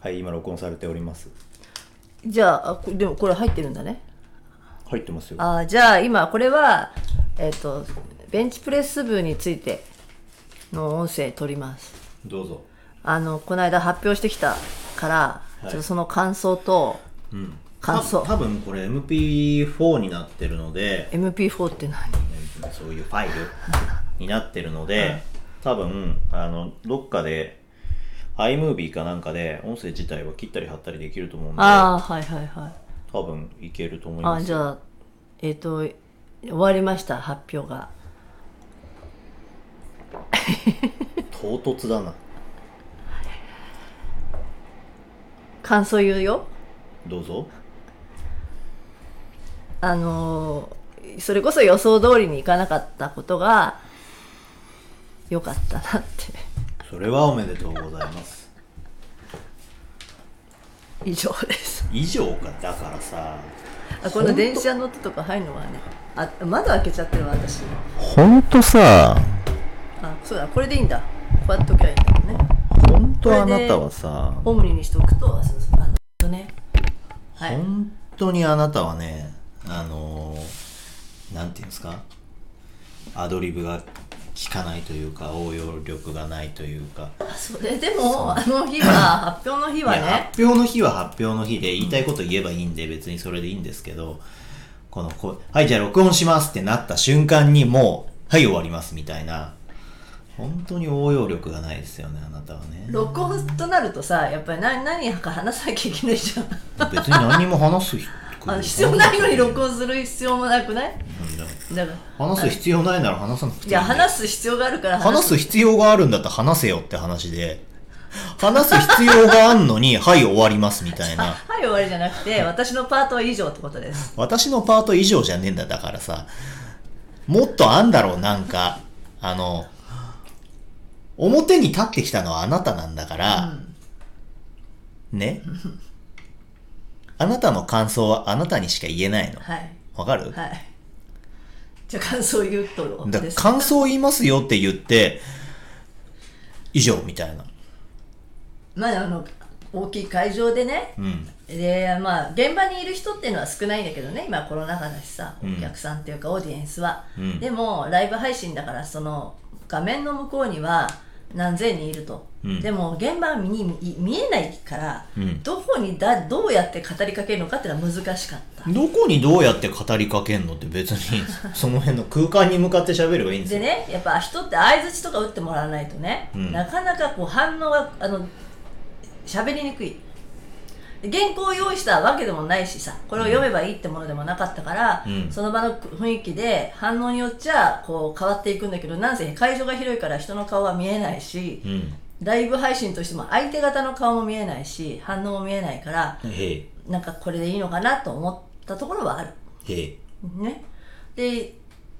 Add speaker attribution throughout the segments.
Speaker 1: はい今録音されております
Speaker 2: じゃああこでもこれ入ってるんだね
Speaker 1: 入ってますよ
Speaker 2: あーじゃあ今これはえっ、とベンチプレス部についての音声取ります
Speaker 1: どうぞ
Speaker 2: あのこの間発表してきたから、
Speaker 1: い
Speaker 2: ちょっとその感想と
Speaker 1: うん
Speaker 2: 感想
Speaker 1: た多分これ MP4 になってるので
Speaker 2: MP4 って何
Speaker 1: そういうファイルになってるので多分あのどっかで iMovie かなんかで音声自体は切ったり貼ったりできると思うんで
Speaker 2: ああはいはいはい
Speaker 1: 多分いけると思いま
Speaker 2: あ
Speaker 1: す
Speaker 2: じゃあえっ、と終わりました発表が
Speaker 1: 唐突だな
Speaker 2: 感想言うよ
Speaker 1: どうぞ
Speaker 2: あのーそれこそ予想通りにいかなかったことが良かったなって
Speaker 1: それはおめでとうございます
Speaker 2: 以上です
Speaker 1: 以上かだからさ
Speaker 2: あこの電車の音とか入るのはねあ窓開けちゃってるわ私
Speaker 1: ほんとさ
Speaker 2: あそうだこれでいいんだこうやっときゃいいんだもんね
Speaker 1: ほんとあ
Speaker 2: これ
Speaker 1: な
Speaker 2: で
Speaker 1: たはさ
Speaker 2: オムニにしておくとあそうそうあのとねはい
Speaker 1: 本当にあなたはねあのーなんていうんですかアドリブが効かないというか応用力がないというか、
Speaker 2: あそれでもあの日は発表の日はい
Speaker 1: や
Speaker 2: ね
Speaker 1: 発表の日は発表の日で言いたいこと言えばいいんで別にそれでいいんですけどこのこ「はいじゃあ録音します」ってなった瞬間にもう「はい終わります」みたいな本当に応用力がないですよねあなたはね
Speaker 2: 録音となるとさやっぱり何何か話さなきゃいけないじゃん
Speaker 1: 別に何も話す必
Speaker 2: あの必要ないのに録音する必要もなくないだから
Speaker 1: 話す必要ないなら話さなくていい
Speaker 2: じゃあ
Speaker 1: んだよ
Speaker 2: 話す必要があるから
Speaker 1: 話す必要があるんだったら話せよって話で、話す必要があんのに、 はい終わりますみたいな。
Speaker 2: はい終わりじゃなくて私のパートは以上ってことです
Speaker 1: 私のパート以上じゃねえんだ、だからさ。もっとあんだろう、なんか。あの、表に立ってきたのはあなたなんだから、ね。あなたの感想はあなたにしか言えないの。
Speaker 2: はい
Speaker 1: わかる、
Speaker 2: はいじゃあ感想言うとろ
Speaker 1: だ
Speaker 2: です
Speaker 1: 感想言いますよって言って、以上みたいな。
Speaker 2: まああの大きい会場でね
Speaker 1: うん。
Speaker 2: でまあ現場にいる人っていうのは少ないんだけどね今コロナ禍だしさ
Speaker 1: うん
Speaker 2: お客さんっていうかオーディエンスは、
Speaker 1: うん
Speaker 2: でもライブ配信だからその画面の向こうには何千人いると、
Speaker 1: うん
Speaker 2: でも現場に見見えないから、
Speaker 1: うん
Speaker 2: どこにだどうやって語りかけるのかっていうのは難しかった
Speaker 1: どこにどうやって語りかけんのって別にその辺の空間に向かって喋ればいいんです
Speaker 2: で
Speaker 1: よ、
Speaker 2: ねやっぱ人って相槌とか打ってもらわないとね、
Speaker 1: うん
Speaker 2: なかなかこう反応があの喋りにくいで原稿を用意したわけでもないしさこれを読めばいいってものでもなかったから、
Speaker 1: うん
Speaker 2: その場の雰囲気で反応によっちゃこう変わっていくんだけどなんせ会場が広いから人の顔は見えないし
Speaker 1: うん
Speaker 2: ライブ配信としても相手方の顔も見えないし反応も見えないから
Speaker 1: へえ
Speaker 2: なんかこれでいいのかなと思ったところはある。
Speaker 1: へえ
Speaker 2: ね、で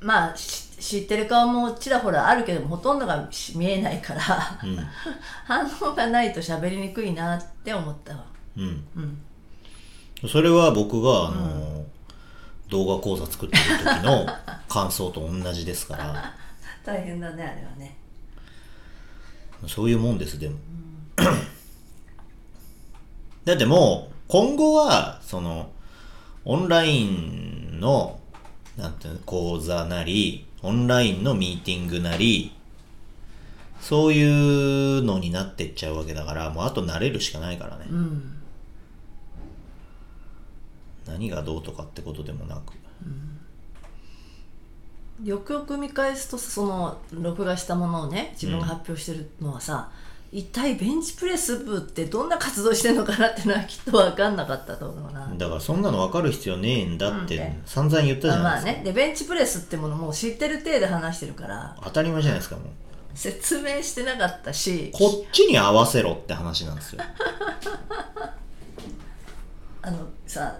Speaker 2: まあし知ってる顔もちらほらあるけどもほとんどがし見えないから、
Speaker 1: う
Speaker 2: 反応がないと喋りにくいなって思ったわ
Speaker 1: んう
Speaker 2: うん
Speaker 1: んそれは僕があの、動画講座作ってる時の感想と同じですから
Speaker 2: 大変だねあれはね
Speaker 1: そういうもんですでも だってもう今後はそのオンラインのなんていうの講座なりオンラインのミーティングなりそういうのになってっちゃうわけだからもうあと慣れるしかないからね、
Speaker 2: うん
Speaker 1: 何がどうとかってことでもなく
Speaker 2: よくよく見返すとその録画したものをね自分が発表してるのはさ、一体ベンチプレス部ってどんな活動してんのかなってのはきっと分かんなかったと思うな、
Speaker 1: だからそんなの分かる必要ねえんだっ
Speaker 2: うん
Speaker 1: て
Speaker 2: ね
Speaker 1: 散々言ったじ
Speaker 2: あ
Speaker 1: ゃないで
Speaker 2: まあ
Speaker 1: すか、
Speaker 2: ねでベンチプレスってものも知ってる体で話してるから
Speaker 1: 当たり前じゃないですかもう
Speaker 2: 説明してなかったし
Speaker 1: こっちに合わせろって話なんですよ
Speaker 2: あのさ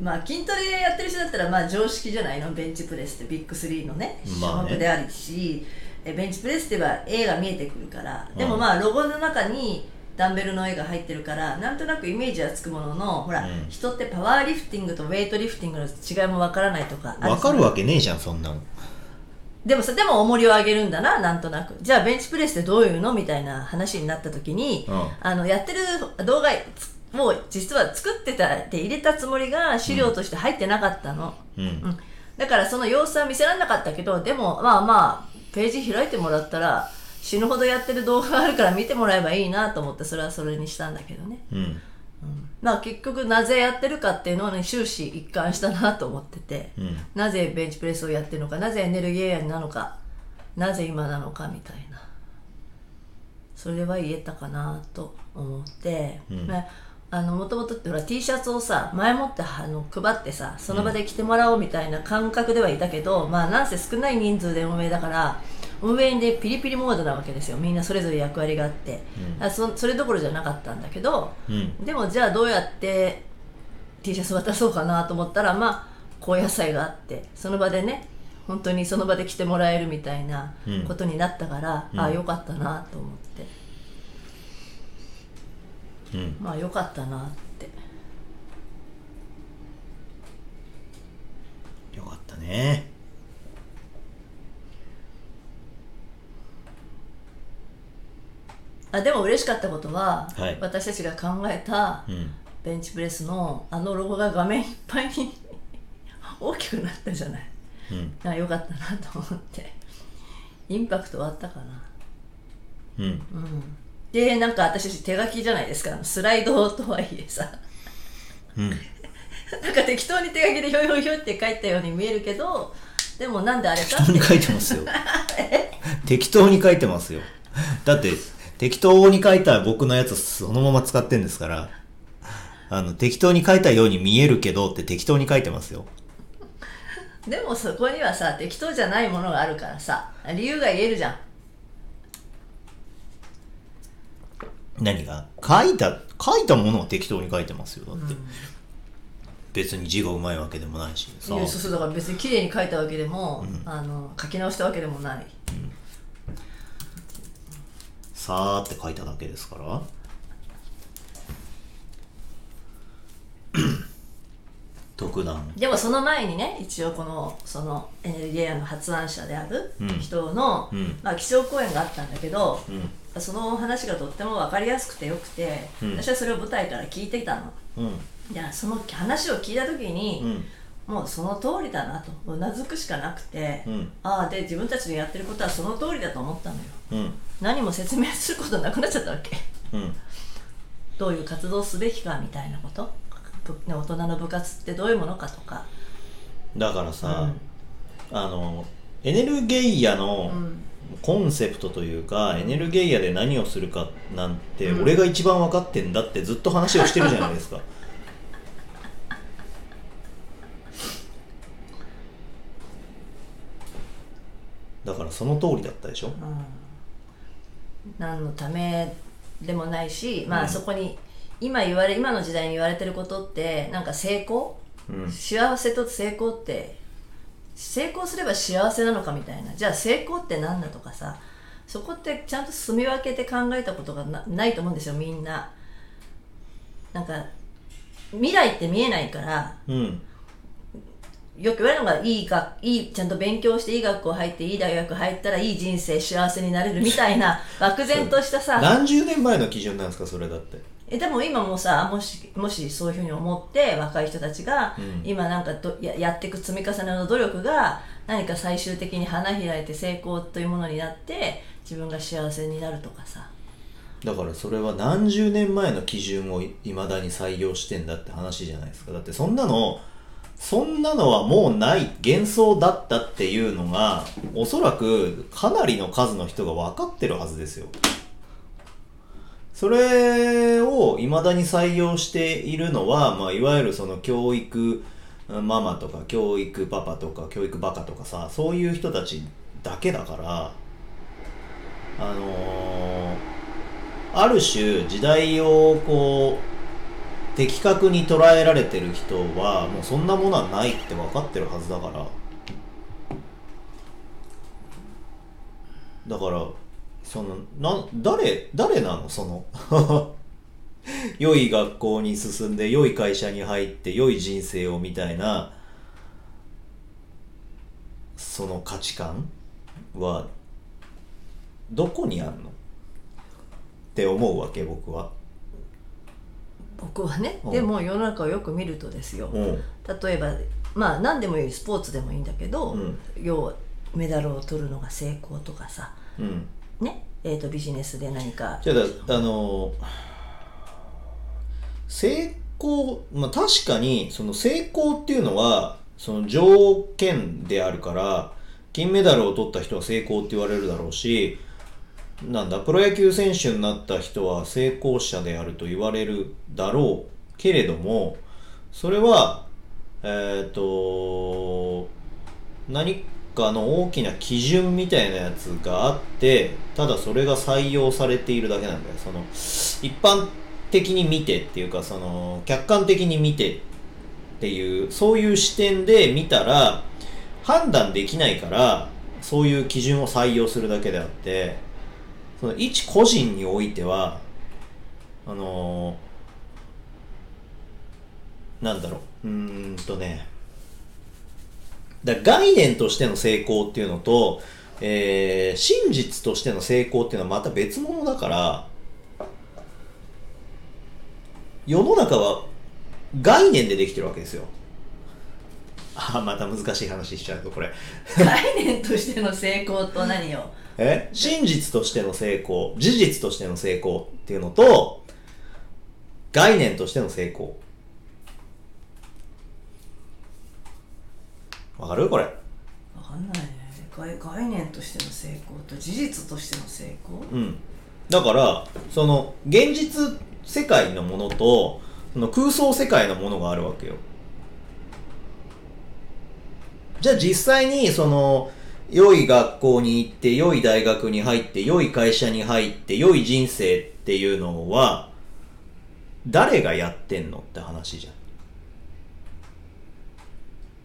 Speaker 2: まあ筋トレやってる人だったらまあ常識じゃないのベンチプレスってビッグ3のね
Speaker 1: まあ
Speaker 2: 種
Speaker 1: ね
Speaker 2: 目であるし、えベンチプレスって言えば A が見えてくるから
Speaker 1: うん
Speaker 2: でもまあロゴの中にダンベルの絵が入ってるからなんとなくイメージはつくもののほら、
Speaker 1: うん
Speaker 2: 人ってパワーリフティングとウェイトリフティングの違いもわからないとかあ
Speaker 1: 分
Speaker 2: じゃ
Speaker 1: か
Speaker 2: ん
Speaker 1: るわけねえじゃんそんなの
Speaker 2: でもさでも重りを上げるんだななんとなくじゃあベンチプレスってどういうのみたいな話になった時に、
Speaker 1: うん
Speaker 2: あのやってる動画もう実は作ってたって入れたつもりが資料として入ってなかったの、
Speaker 1: うん
Speaker 2: うんだからその様子は見せられなかったけどでもまあまあページ開いてもらったら死ぬほどやってる動画があるから見てもらえばいいなと思ってそれはそれにしたんだけどね、
Speaker 1: うん
Speaker 2: まあ結局なぜやってるかっていうのに終始一貫したなと思ってて、
Speaker 1: うん
Speaker 2: なぜベンチプレスをやってるのかなぜエネルギーエアなのかなぜ今なのかみたいなそれは言えたかなと思って、
Speaker 1: うん
Speaker 2: まああの元々ってほら T シャツをさ前もってあの配ってさその場で着てもらおうみたいな感覚ではいたけど、まあなんせ少ない人数で運営だから運営でピリピリモードなわけですよみんなそれぞれ役割があって、
Speaker 1: うん
Speaker 2: あそそれどころじゃなかったんだけど
Speaker 1: うん
Speaker 2: でもじゃあどうやって T シャツ渡そうかなと思ったらまあ高野菜があってその場でね本当にその場で着てもらえるみたいな
Speaker 1: うん
Speaker 2: ことになったから、
Speaker 1: うん
Speaker 2: ああよかったなと思って
Speaker 1: うん
Speaker 2: まあよかったなって
Speaker 1: よかったね
Speaker 2: あでも嬉しかったことは、
Speaker 1: はい
Speaker 2: 私たちが考えた
Speaker 1: うん
Speaker 2: ベンチプレスのあのロゴが画面いっぱいに 大きくなったじゃない
Speaker 1: うん
Speaker 2: あよかったなと思ってインパクトはあったかな
Speaker 1: うん
Speaker 2: うんでなんか私たち手書きじゃないですかあのスライドとはいえさ
Speaker 1: うん
Speaker 2: なんか適当に手書きでひょいひょいひょいって書いたように見えるけどでもなんであれ
Speaker 1: 適
Speaker 2: か
Speaker 1: 当に書いて ますよ適当に書いてますよだって適当に書いた僕のやつそのまま使ってんですからあの適当に書いたように見えるけどって適当に書いてますよ
Speaker 2: でもそこにはさ適当じゃないものがあるからさ理由が言えるじゃん
Speaker 1: 何が書いた書いたものを適当に書いてますよだって、別に字がうまいわけでもないしさ
Speaker 2: いやそうそうだから別に綺麗に書いたわけでも、あの書き直したわけでもない
Speaker 1: さーって書いただけです から特段
Speaker 2: でもその前にね一応このそのエネルギーエアの発案者である
Speaker 1: うん
Speaker 2: 人の、
Speaker 1: うん
Speaker 2: まあ、気象講演があったんだけど、
Speaker 1: うん
Speaker 2: その話がとっても分かりやすくてよくて、
Speaker 1: うん
Speaker 2: 私はそれを舞台から聞いてきたの
Speaker 1: うん
Speaker 2: いやその話を聞いた時
Speaker 1: う
Speaker 2: に、
Speaker 1: ん
Speaker 2: もうその通りだなとうなずくしかなくて、
Speaker 1: うん
Speaker 2: ああで自分たちのやってることはその通りだと思ったのよ
Speaker 1: うん
Speaker 2: 何も説明することなくなっちゃったわけ
Speaker 1: うん
Speaker 2: どういう活動すべきかみたいなことぶね大人の部活ってどういうものかとか
Speaker 1: だからさ、あのエネルゲイアの
Speaker 2: うん
Speaker 1: コンセプトというか、エネルゲイアで何をするかなんて、
Speaker 2: うん
Speaker 1: 俺が一番分かってんだってずっと話をしてるじゃないです かだからその通りだったでしょ
Speaker 2: うん何のためでもないしま
Speaker 1: う
Speaker 2: あ
Speaker 1: ん
Speaker 2: そこに今言われ今の時代に言われてることってなんか成功
Speaker 1: うん
Speaker 2: 幸せと成功って成功すれば幸せなのかみたいなじゃあ成功って何だとかさそこってちゃんと住み分けて考えたことがなないと思うんですよみんななんか未来って見えないから
Speaker 1: うん
Speaker 2: よく言われるのがいい学いいちゃんと勉強していい学校入っていい大学入ったらいい人生幸せになれるみたいな漠然としたさ
Speaker 1: 何十年前の基準なんですかそれだって
Speaker 2: えでも今もさもしもしそういうふうに思って若い人たちが、
Speaker 1: うん
Speaker 2: 今なんかどややっていく積み重ねの努力が何か最終的に花開いて成功というものになって自分が幸せになるとかさ
Speaker 1: だからそれは何十年前の基準をいまだに採用してんだって話じゃないですかだってそんなのそんなのはもうない幻想だったっていうのがおそらくかなりの数の人が分かってるはずですよそれをいまだに採用しているのは、まあ、いわゆるその教育ママとか教育パパとか教育バカとかさそういう人たちだけだからあのーある種時代をこう的確に捉えられてる人はもうそんなものはないって分かってるはずだからだからそのな誰誰なのその 良い学校に進んで良い会社に入って良い人生をみたいなその価値観はどこにあんのって思うわけ僕は。
Speaker 2: 僕はね
Speaker 1: うん
Speaker 2: でも世の中をよく見るとですよ
Speaker 1: うん
Speaker 2: 例えばまあ何でもいいスポーツでもいいんだけど、
Speaker 1: うん
Speaker 2: 要はメダルを取るのが成功とかさ
Speaker 1: うん、
Speaker 2: ねえー、とビジネスで何か
Speaker 1: じゃあだあのー成功、まあ、確かにその成功っていうのはその条件であるから金メダルを取った人は成功って言われるだろうしなんだプロ野球選手になった人は成功者であると言われるだろうけれどもそれはえっ、と何かの大きな基準みたいなやつがあってただそれが採用されているだけなんだよその一般的に見てっていうかその客観的に見てっていうそういう視点で見たら判断できないからそういう基準を採用するだけであってその一個人においてはあのなんだろううーんとねだから概念としての成功っていうのと、えー真実としての成功っていうのはまた別物だから世の中は概念でできてるわけですよ あーまた難しい話しちゃうとこれ
Speaker 2: 概念としての成功と何を
Speaker 1: え真実としての成功事実としての成功っていうのと概念としての成功わかるこれ
Speaker 2: 分かんないね概概念としての成功と事実としての成功
Speaker 1: うん、だからその現実世界のものとその空想世界のものがあるわけよじゃあ実際にその良い学校に行って良い大学に入って良い会社に入って良い人生っていうのは誰がやってんのって話じゃん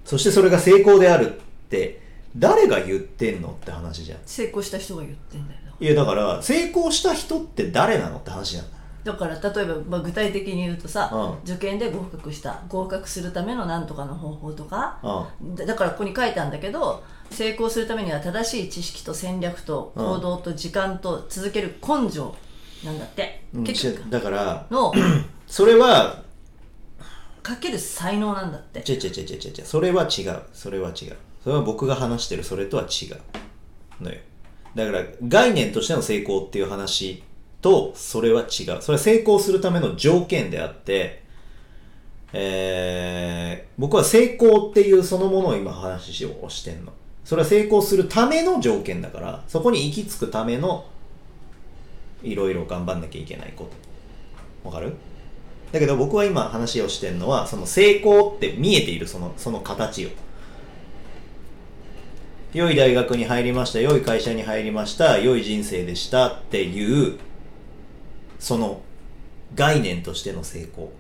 Speaker 1: そしてそれが成功であるって誰が言ってんのって話じゃん
Speaker 2: 成功した人が言ってんだよだか
Speaker 1: いやだから成功した人って誰なのって話じゃん
Speaker 2: らだから例えば、まあ、具体的に言うとさ、
Speaker 1: うん
Speaker 2: 受験で合格した合格するための何とかの方法とか
Speaker 1: うん
Speaker 2: だだからここに書いたんだけど成功するためには正しい知識と戦略と
Speaker 1: うん
Speaker 2: 行動と時間と続ける根性なんだって、
Speaker 1: うん
Speaker 2: 結
Speaker 1: ち
Speaker 2: 局
Speaker 1: ょだから
Speaker 2: の
Speaker 1: それは
Speaker 2: かける才能なんだって
Speaker 1: 違う違う違う違う違うそれは違うそれは違うそれは僕が話してるそれとは違うのよだから概念としての成功っていう話とそれは違うそれは成功するための条件であってえー、僕は成功っていうそのものを今話をしてんのそれは成功するための条件だからそこに行き着くためのいろいろ頑張んなきゃいけないことわかるだけど僕は今話をしてるのはその成功って見えているそのその形を良い大学に入りました良い会社に入りました良い人生でしたっていうその概念としての成功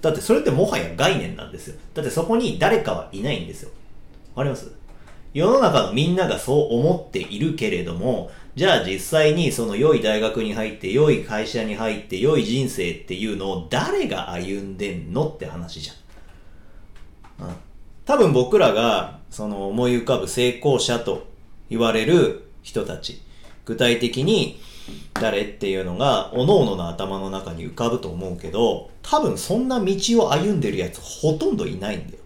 Speaker 1: だってそれってもはや概念なんですよだってそこに誰かはいないんですよわかります世の中のみんながそう思っているけれども、じゃあ実際にその良い大学に入って、良い会社に入って、良い人生っていうのを誰が歩んでんのって話じゃん。うん、多分僕らがその思い浮かぶ成功者と言われる人たち、具体的に誰っていうのが、各々の頭の中に浮かぶと思うけど、多分そんな道を歩んでるやつほとんどいないんだよ。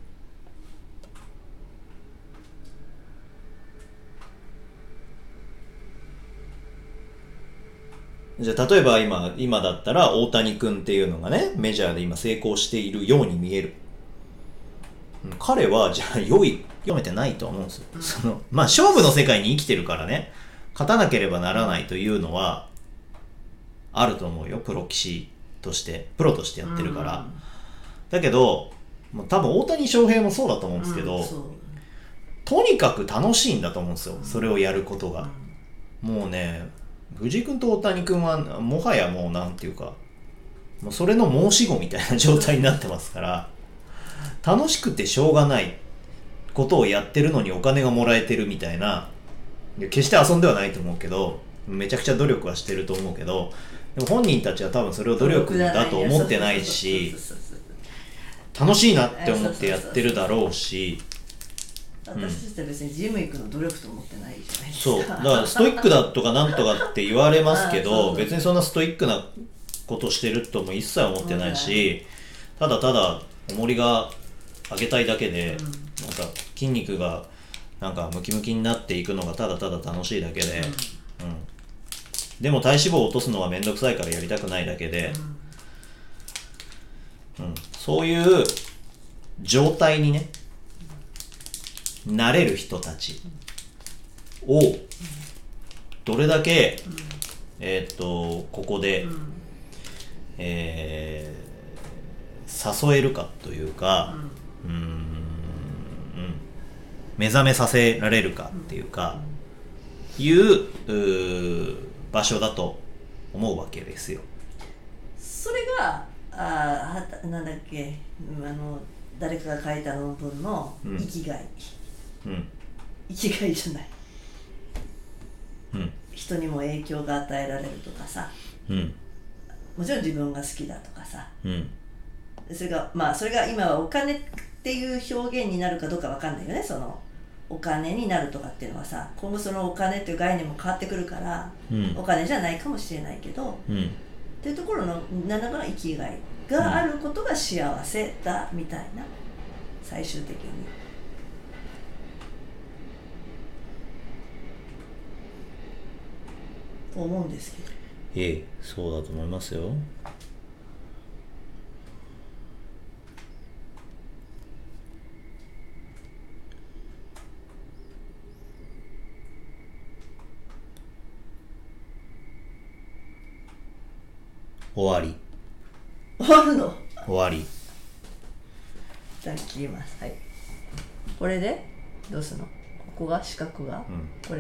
Speaker 1: じゃあ、例えば今、今だったら大谷君っていうのがね、メジャーで今成功しているように見える。うん彼は、じゃあ、良い、読めてないとは思うんですよ。その、まあ、勝負の世界に生きてるからね、勝たなければならないというのは、あると思うよ。プロ棋士として、プロとしてやってるから。
Speaker 2: うん
Speaker 1: だけど、もう多分大谷翔平もそうだと思うんですけど、
Speaker 2: うんそう
Speaker 1: とにかく楽しいんだと思うんですよ。それをやること
Speaker 2: う
Speaker 1: が。
Speaker 2: ん
Speaker 1: もうね、藤井君と大谷君は、もはやもうなんていうか、もうそれの申し子みたいな状態になってますから、楽しくてしょうがないことをやってるのにお金がもらえてるみたいな、で決して遊んではないと思うけど、めちゃくちゃ努力はしてると思うけど、でも本人たちは多分それを努力だと思ってないし、
Speaker 2: そうそうそうそうそうそうそう
Speaker 1: 楽しいなって思ってやってるだろうし、
Speaker 2: 私たちは別にジム行くの努力と思ってないじゃないですか、
Speaker 1: そうだからストイックだとかなんとかって言われますけ
Speaker 2: ああそうそ
Speaker 1: ど
Speaker 2: う
Speaker 1: 別にそんなストイックなことしてるとも一切思ってないし、ただただ重りが上げたいだけで、
Speaker 2: うん
Speaker 1: なんか筋肉がなんかムキムキになっていくのがただただ楽しいだけで、うんでも体脂肪を落とすのは面倒くさいからやりたくないだけで、うんそういう状態にね慣れる人たちをどれだけ、えーっとここで、
Speaker 2: うん
Speaker 1: えー誘えるかというか、うーん目覚めさせられるかっていうか、いううー場所だと思うわけですよ。
Speaker 2: それがあーはたなんだっけうんあの誰かが書いた論文の
Speaker 1: うん
Speaker 2: 生きがい、
Speaker 1: うん
Speaker 2: 生きがいじゃない
Speaker 1: うん
Speaker 2: 人にも影響が与えられるとかさ
Speaker 1: うん
Speaker 2: もちろん自分が好きだとかさ
Speaker 1: うん
Speaker 2: それがまあそれが今はお金っていう表現になるかどうかわかんないよねそのお金になるとかっていうのはさ今後そのお金っていう概念も変わってくるから
Speaker 1: うん
Speaker 2: お金じゃないかもしれないけど
Speaker 1: うん
Speaker 2: っていうところの何らかの生きがいがあることが幸せだみたいな最終的にと思うんですけど
Speaker 1: ええそうだと思いますよ。終わり
Speaker 2: 終わるの
Speaker 1: 終わり
Speaker 2: じゃあ切りますはいこれでどうするのここが四角が、
Speaker 1: ん
Speaker 2: これ